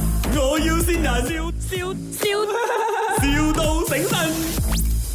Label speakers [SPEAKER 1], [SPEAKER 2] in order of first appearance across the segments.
[SPEAKER 1] 要先人，笑笑笑，,笑到醒神。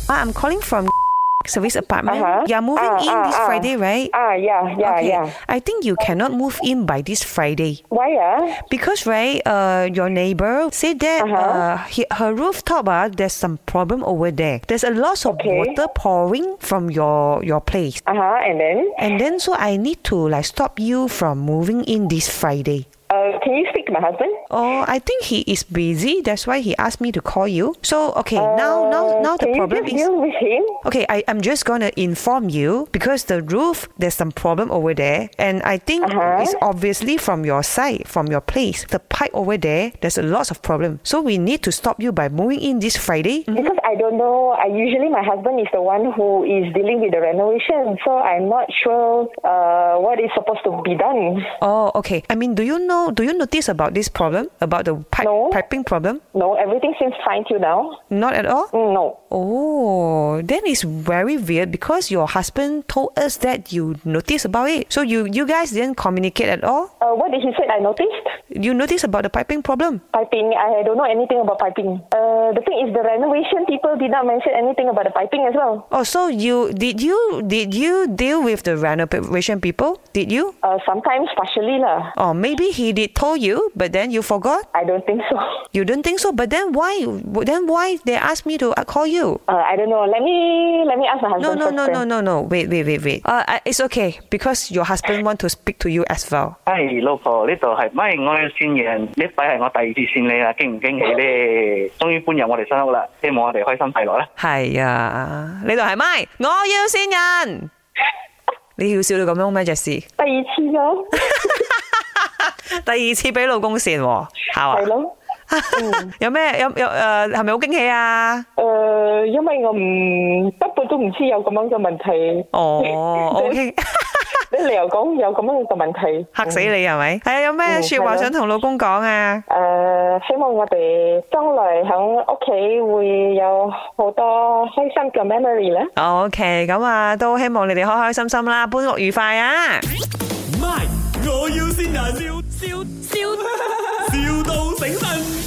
[SPEAKER 2] Ah, I'm calling from service apartment.
[SPEAKER 3] Uh-huh.
[SPEAKER 2] You're moving
[SPEAKER 3] Ah,
[SPEAKER 2] in
[SPEAKER 3] ah,
[SPEAKER 2] this
[SPEAKER 3] ah.
[SPEAKER 2] Friday, right?
[SPEAKER 3] Ah, yeah, yeah,
[SPEAKER 2] okay.
[SPEAKER 3] yeah.
[SPEAKER 2] I think you cannot move in by this Friday
[SPEAKER 3] Why, ah?
[SPEAKER 2] because, right? Uh, your neighbor said that uh
[SPEAKER 3] Uh-huh.
[SPEAKER 2] he- her rooftop ah, there's some problem over there. There's a lot of
[SPEAKER 3] Okay.
[SPEAKER 2] water pouring from your your place.
[SPEAKER 3] Uh huh. And then,
[SPEAKER 2] And then, so I need to like stop you from moving in this Friday.
[SPEAKER 3] uh, can you speak to my husband?
[SPEAKER 2] Oh, I think he is busy. That's why he asked me to call you. So, okay, now, now,
[SPEAKER 3] Uh,
[SPEAKER 2] Oh, now the
[SPEAKER 3] can
[SPEAKER 2] problem
[SPEAKER 3] you
[SPEAKER 2] is.
[SPEAKER 3] just deal with him.
[SPEAKER 2] Okay, I, I'm just gonna inform you because the roof there's some problem over there, and I think
[SPEAKER 3] Uh-huh.
[SPEAKER 2] it's obviously from your side, from your place. The pipe over there, there's a lot of problem. So we need to stop you by moving in this Friday.
[SPEAKER 3] Because I don't know, I usually my husband is the one who is dealing with the renovation, so I'm not sure uh, what is supposed to be done.
[SPEAKER 2] Oh, okay. I mean, do you know? Do you notice about this problem about the pipe
[SPEAKER 3] No.
[SPEAKER 2] piping problem?
[SPEAKER 3] No, everything seems fine till now.
[SPEAKER 2] Not at all.
[SPEAKER 3] Mm, No.
[SPEAKER 2] Oh, then it's very weird because your husband told us that you noticed about it. So you you guys didn't communicate at all.
[SPEAKER 3] Uh, what did he say? I noticed
[SPEAKER 2] You noticed about the piping problem.
[SPEAKER 3] piping. I don't know anything about piping. Uh, the thing is, the renovation people did not mention anything about the piping as well.
[SPEAKER 2] Oh, so you did you did you deal with the renovation people? Did you?
[SPEAKER 3] Uh, sometimes partially lah.
[SPEAKER 2] Or maybe he did told you, but then you forgot.
[SPEAKER 3] I don't think so.
[SPEAKER 2] You don't think so, but then why? Then why they asked me to uh, call you?
[SPEAKER 3] Uh, I don't know. Let me let me ask my
[SPEAKER 2] No,
[SPEAKER 3] husband.
[SPEAKER 2] no,
[SPEAKER 3] first
[SPEAKER 2] no,
[SPEAKER 3] then.
[SPEAKER 2] no, no, no. Wait, wait, wait, wait. Uh, I- it's okay because your husband want to speak to you as well.
[SPEAKER 4] 系哎老婆呢度系咪我嘅先人？呢位系我第二次線你啊，驚唔驚喜咧？終於搬入我哋新屋啦，希望我哋開心快樂啦！
[SPEAKER 2] 係啊，呢度係咪？我要先人。你要笑到咁樣咩？Jesse，
[SPEAKER 3] 第二次咯，
[SPEAKER 2] 第二次俾老公線喎，
[SPEAKER 3] 係
[SPEAKER 2] 係嘛？
[SPEAKER 3] 咯。
[SPEAKER 2] 有咩有有誒係咪好驚喜啊？
[SPEAKER 3] 誒、因為我唔根本都唔知有咁樣嘅問題，
[SPEAKER 2] 哦，OK。
[SPEAKER 3] 你你又講有咁樣嘅問題，
[SPEAKER 2] 吓死你係咪？係啊，有咩
[SPEAKER 3] 嗯
[SPEAKER 2] 说話
[SPEAKER 3] 係咯
[SPEAKER 2] 想同老公講啊？
[SPEAKER 3] 誒、希望我哋將來喺屋企會有好多開心嘅 memory 啦。
[SPEAKER 2] 哦 OK，咁啊，都希望你哋開開心心啦，搬屋愉快啊！
[SPEAKER 1] 咪，我要先人，笑笑笑，,笑到醒神。